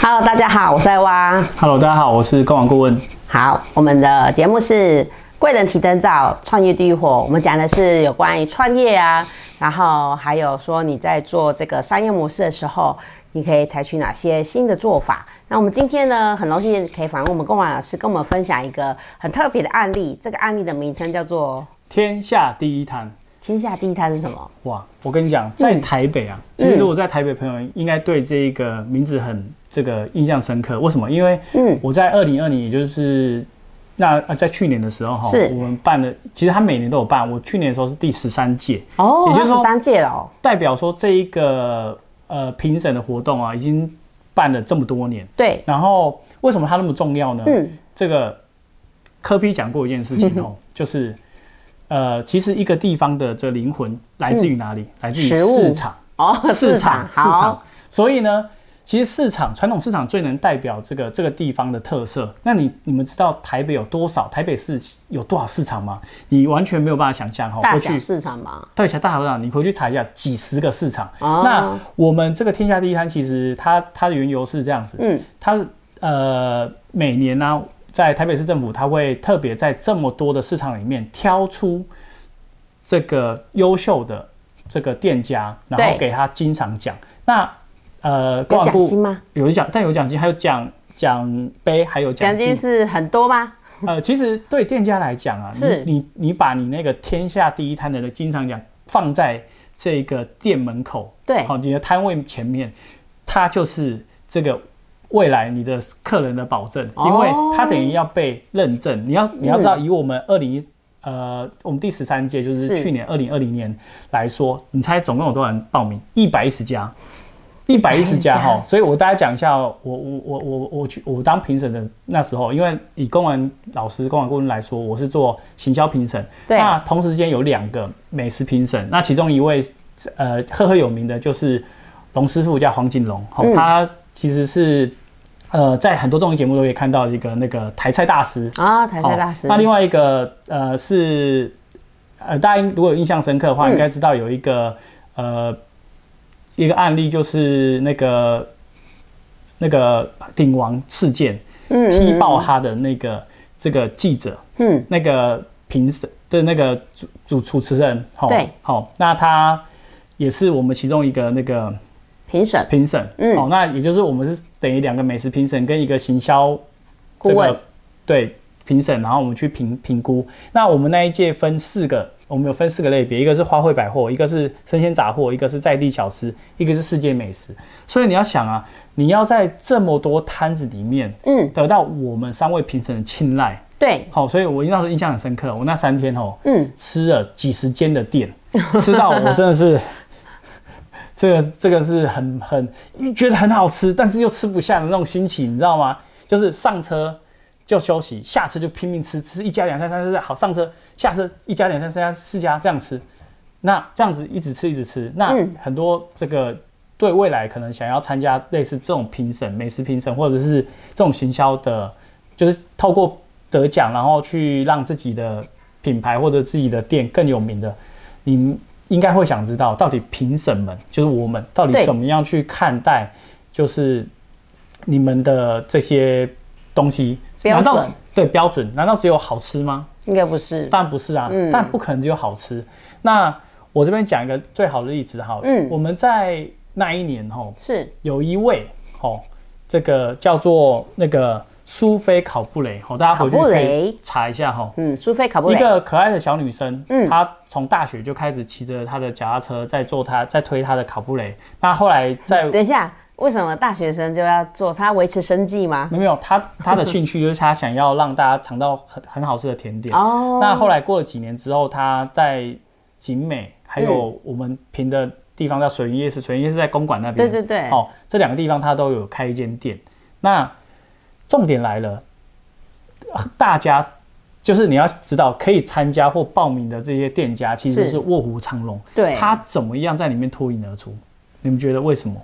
Hello，大家好，我是艾娃。 Hello，大家好，我是官网顾问。好，我们的节目是贵人提灯照，创业地狱火。我们讲的是有关于创业啊，然后还有说你在做这个商业模式的时候，你可以采取哪些新的做法。那我们今天呢，很荣幸可以访问我们龚婉老师，跟我们分享一个很特别的案例。这个案例的名称叫做天下第一摊， “天下第一摊”是什么？哇！我跟你讲，嗯在台北啊，其实如果在台北朋友应该对这一个名字很这个印象深刻。为什么？因为嗯我在二零二零，也就是那呃在去年的时候哈是，我们办的，其实他每年都有办。我去年的时候是第十三届，哦，也二就是十说三届了哦。代表说这一个呃评审的活动啊，已经办了这么多年。对，然后为什么它那么重要呢？嗯，这个科比讲过一件事情哦，就是呃，其实一个地方的这灵魂来自于哪嗯里？来自于食物市场，哦，市场，市好场，。所以呢，其实市场传统市场最能代表这个这个地方的特色。那你你们知道台北有多少台北市有多少市场吗？你完全没有办法想象哦哈，大过小去市场嘛，对，小大合唱，你回去查一下，几十个市场。哦那我们这个天下第一摊，其实它它的缘由是这样子，嗯，它呃每年呢、在台北市政府，它会特别在这么多的市场里面挑出这个优秀的这个店家，然后对给他金赏奖。那呃，有管奖金吗？有奖，但有奖金，还有奖奖杯，还有奖奖金金。是很多吗？呃，其实对店家来讲啊，是你你你把你那个天下第一摊的经常讲放在这个店门口，对好、你的摊位前面，它就是这个未来你的客人的保证，因为哦它等于要被认证。你要你要知道，以我们二零一呃，我们第十三届嗯就是是去年二零二零年来说，你猜总共有多少人报名？一百一十家。一百一十家哈，所以我大家讲一下哦，我我我我我去我当评审的那时候，因为以公文老师、公文顾问来说，我是做行销评审，对那同时间有两个美食评审，那其中一位呃赫赫有名的就是龙师傅叫黄景龙，哦嗯他其实是呃在很多综艺节目都可以看到一个那个台菜大师，啊，台菜好，大师。哦那另外一个呃是呃，大家应如果有印象深刻的嗯话，应该知道有一个呃一个案例，就是那个那个鼎王事件嗯踢爆嗯他的那个这个记者，嗯，那个评审的那个主主主持人，好对好，那他也是我们其中一个那个评审评审，嗯哦，那也就是我们是等于两个美食评审跟一个行销顾这问个对评审，然后我们去评评估。那我们那一届分四个，我们有分四个类别，一个是花卉百货，一个是生鲜杂货，一个是在地小吃，一个是世界美食。所以你要想啊，你要在这么多摊子里面嗯，得到我们三位评审的青睐，对，好、所以我那时候印象很深刻，我那三天哦，嗯，吃了几十间的店，吃到我真的是， 这个这个是很很觉得很好吃，但是又吃不下的那种心情，你知道吗？就是上车就休息，下车就拼命吃，吃一家两家三家四家，好上车下车一家两家三家四家这样吃，那这样子一直吃一直吃，那嗯很多这个对未来可能想要参加类似这种评审、美食评审，或者是这种行销的，就是透过得奖，然后去让自己的品牌或者自己的店更有名的，你应该会想知道，到底评审们，就是我们，到对底怎么样去看待，就是你们的这些东西，标难道准对标准？难道只有好吃吗？应该不是。当然不是啊，嗯但不可能只有好吃。那我这边讲一个最好的例子哈，嗯嗯，我们在那一年吼，是有一位吼，这个叫做那个苏菲考布雷哦吼，大家回去考布可雷以查一下吼，嗯，苏菲卡布一雷，个可爱的小女生，嗯她从大学就开始骑着她的脚踏车在做她在推她的考布雷，那后来在等一下，为什么大学生就要做？他维持生计吗？没有没有她她的兴趣就是她想要让大家尝到很很好吃的甜点哦，那后来过了几年之后，他在景美还嗯有我们平的地方叫水云夜市，水云夜市在公馆那边，对对对哦，这两个地方他都有开一间店。那重点来了，大家就是你要知道，可以参加或报名的这些店家其实是是卧虎藏龙，对他怎么样在里面脱颖而出？你们觉得为什么？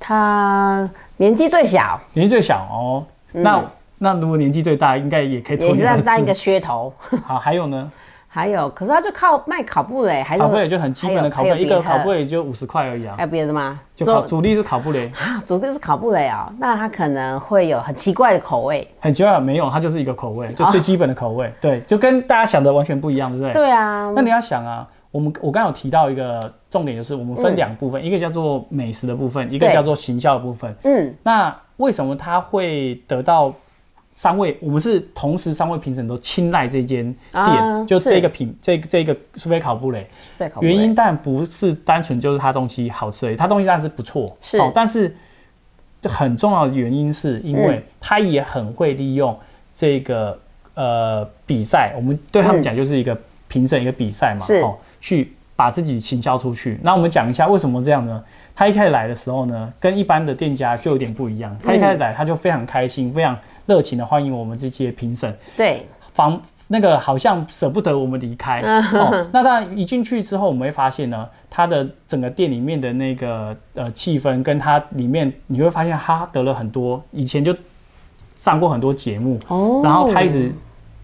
他年纪最小，年纪最小哦，那、那如果年纪最大，应该也可以嗯脱也是颖而在当一个 出。噱头。 好，还有呢，还有，可是他就靠卖烤布雷，还有考布也就很基本的考还布有哎雷，一个考布雷，也就五十块而已啊还，有别的吗？就考总主力是考 布雷，啊总之是烤布雷哦，那它可能会有很奇怪的口味。很奇怪，没有，它就是一个口味，就最基本的口味，对，就跟大家想的完全不一样，对不对？哦对啊，那你要想啊，我们我刚刚有提到一个重点，就是我们分两部分，一个叫做美食的部分，一个对叫做行销的部分。嗯，那为什么他会得到三位？我们是同时三位评审都青睐这间店，啊就是这个品，这这个苏菲烤布雷。对口味原因但不是单纯就是它东西好吃而已，它东西当然是不错，是好、但是很重要的原因是因嗯为它也很会利用这个呃比赛，我们对他们讲就是一个评审一个比赛嘛，嗯是去把自己行销出去。那我们讲一下为什么这样呢？他一开始来的时候呢，跟一般的店家就有点不一样，他一开始来他就非常开心，非常热情的欢迎我们这些评审，对防那个好像舍不得我们离开。嗯哦，那当然一进去之后，我们会发现呢，它的整个店里面的那个呃气氛，跟它里面你会发现他得了很多，以前就上过很多节目，哦然后他一直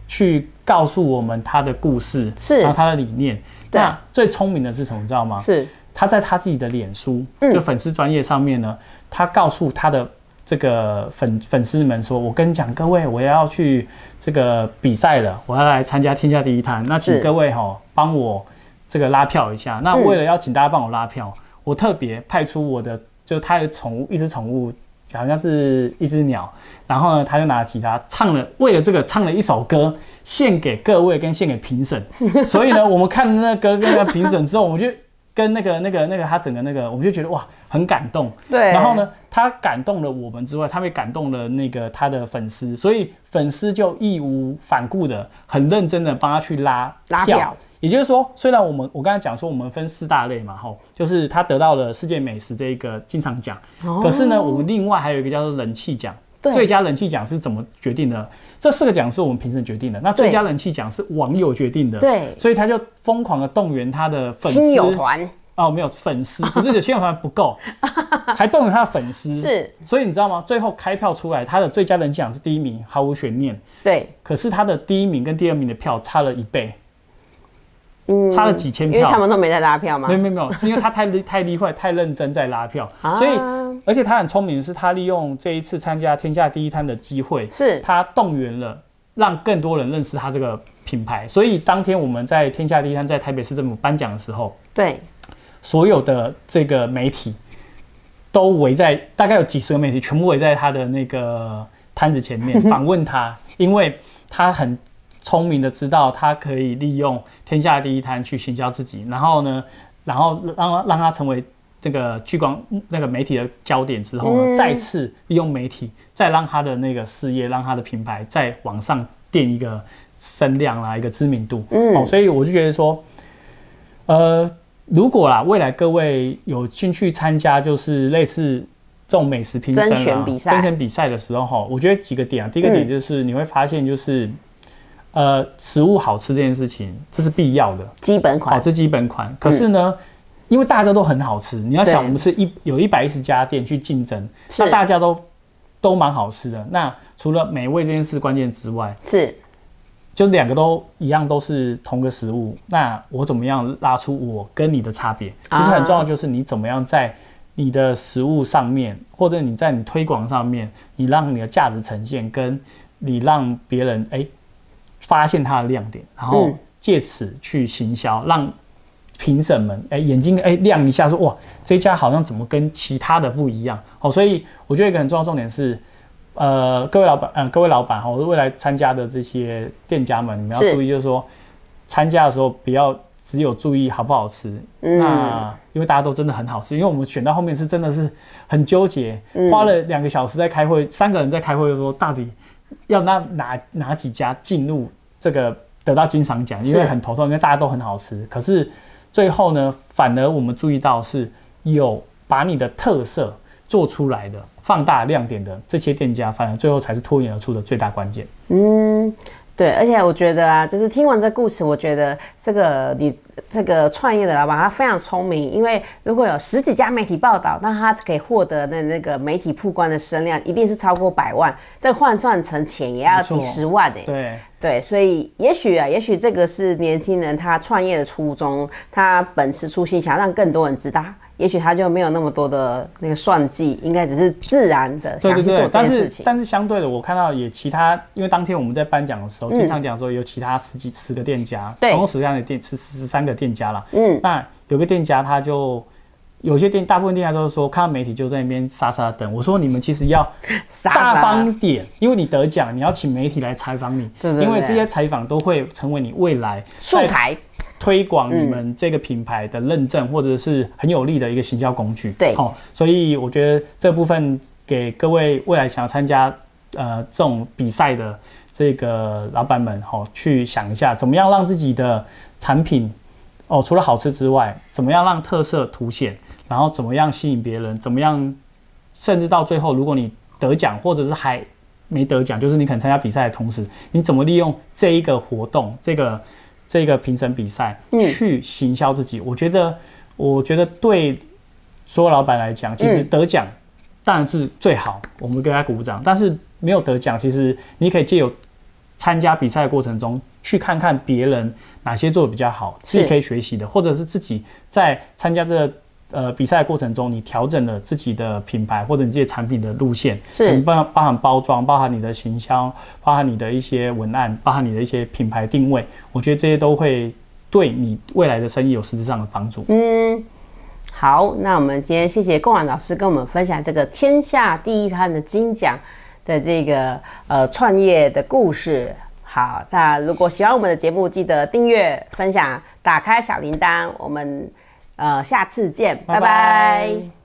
去告诉我们他的故事，是然后他的理念。对那最聪明的是什么，你知道吗？哦是他在他自己的脸书，就粉丝专业上面呢，他告诉他的这个粉粉丝们说：“我跟你讲，各位，我要去这个比赛了，我要来参加天下第一摊。那请是各位哈、帮我这个拉票一下。那为了要请大家帮我拉票，我特别派出我的，就他的宠物，一只宠物。”好像是一只鸟，然后呢，他就拿吉他唱了，为了这个唱了一首歌，献给各位跟献给评审。所以呢，我们看了那个歌跟那个评审之后，我们就跟那个那个那个他整个那个，我们就觉得哇，很感动。对。然后呢，他感动了我们之外，他也感动了那个他的粉丝，所以粉丝就义无反顾的、很认真的帮他去拉拉票也就是说，虽然我们我刚才讲说我们分四大类嘛，吼，就是他得到了世界美食这一个经常奖，可是呢，我们另外还有一个叫做人气奖。对最佳人气奖是怎么决定的？这四个奖是我们评审决定的，那最对佳人气奖是网友决定的。对所以他就疯狂的动员他的粉丝亲友团哦，没有 粉丝，不是亲友团不够，还动了他的粉丝。是，所以你知道吗？最后开票出来，他的最佳人气奖是第一名，毫无悬念。对，可是他的第一名跟第二名的票差了一倍，嗯，差了几千因票。为他们都没在拉票嘛没有，没有没有，是因为他太厉太厉害、太认真在拉票， 啊所以而且他很聪明，的是他利用这一次参加天下第一摊的机会，是他动员了让更多人认识他这个品牌。所以当天我们在天下第一摊在台北市政府颁奖的时候，对所有的这个媒体都围在，大概有几十个媒体全部围在他的那个摊子前面访问他，因为他很聪明的知道他可以利用天下第一摊去行销自己，然后呢，然后让让他成为。这个聚光那个媒体的焦点之后呢，再次利用媒体，再让他的那个事业，让他的品牌再往上垫一个声量啊啦，一个知名度。嗯哦，所以我就觉得说，呃，如果啦，未来各位有兴趣参加，就是类似这种美食评审啦啊甄选比赛嗯甄选比赛的时候，哈，我觉得几个点啊，第一个点就是你会发现，就是、呃，食物好吃这件事情，这是必要的，基本好、款这基本款。可是呢，因为大家都很好吃，你要想，嗯对我们是一有一百一十家店去竞争，是那大家都都蛮好吃的。那除了美味这件事关键之外，是就两个都一样，都是同个食物，那我怎么样拉出我跟你的差别？其实很重要，就是你怎么样在你的食物上面，或者你在你推广上面，你让你的价值呈现，跟你让别人哎、发现它的亮点，然后嗯借此去行销，让评审们哎、眼睛哎、亮一下说哇这家好像怎么跟其他的不一样哦，所以我觉得一个很重要的重点是。呃，各位老板，呃，各位老板哈，我未来参加的这些店家们，你们是要注意，就是说参加的时候不要只有注意好不好吃，嗯那因为大家都真的很好吃，因为我们选到后面是真的是很纠结，花了两个小时在开会，三个人在开会说到底要那哪哪几家进入这个得到金赏奖，因为是很头痛，因为大家都很好吃，可是最后呢，反而我们注意到是有把你的特色做出来的，放大亮点的这些店家，反而最后才是脱颖而出的最大关键。对，而且我觉得啊，就是听完这故事，我觉得这个你这个创业的老板他非常聪明，因为如果有十几家媒体报道，那他可以获得的那个媒体曝光的声量一定是超过百万，这换算成钱也要没错几十万哎、对，对，所以也许啊，也许这个是年轻人他创业的初衷，他本持初心，想让更多人知道。也许他就没有那么多的那个算计，应该只是自然的想对去做对对，这但件是事情。嗯但是相对的，我看到也其他，因为当天我们在颁奖的时候，经常讲说有其他十几十个店家，对总共十三个店，十十三个店家啦。嗯，那有个店家他就有些店，大部分店家都是说看到媒体就在那边傻傻地等。我说你们其实要傻傻大的方点，因为你得奖，你要请媒体来采访你，对对因为对这些采访都会成为你未来素在材，推广你们这个品牌的认证，或者是很有利的一个行销工具。对哦，所以我觉得这部分给各位未来想要参加呃这种比赛的呃这个老板们，哦，去想一下怎么样让自己的产品哦，除了好吃之外，怎么样让特色凸显，然后怎么样吸引别人，怎么样，甚至到最后，如果你得奖或者是还没得奖，就是你可能参加比赛的同时，你怎么利用这一个活动，这个这个评审比赛去行销自己？我觉得，我觉得对所有老板来讲，其实嗯得奖当然是最好，我们给他鼓掌。但是没有得奖，其实你可以借由参加比赛的过程中，去看看别人哪些做的比较好，是自己可以学习的，或者是自己在参加这个呃比赛的过程中，你调整了自己的品牌或者你自己的产品的路线，是可能包包含包装，包含你的行销，包含你的一些文案，包含你的一些品牌定位，我觉得这些都会对你未来的生意有实质上的帮助。嗯，好，那我们今天谢谢贡丸老师跟我们分享这个天下第一摊的金奖的这个呃创业的故事。好，那如果喜欢我们的节目，记得订阅、分享、打开小铃铛。我们呃下次见，拜拜拜拜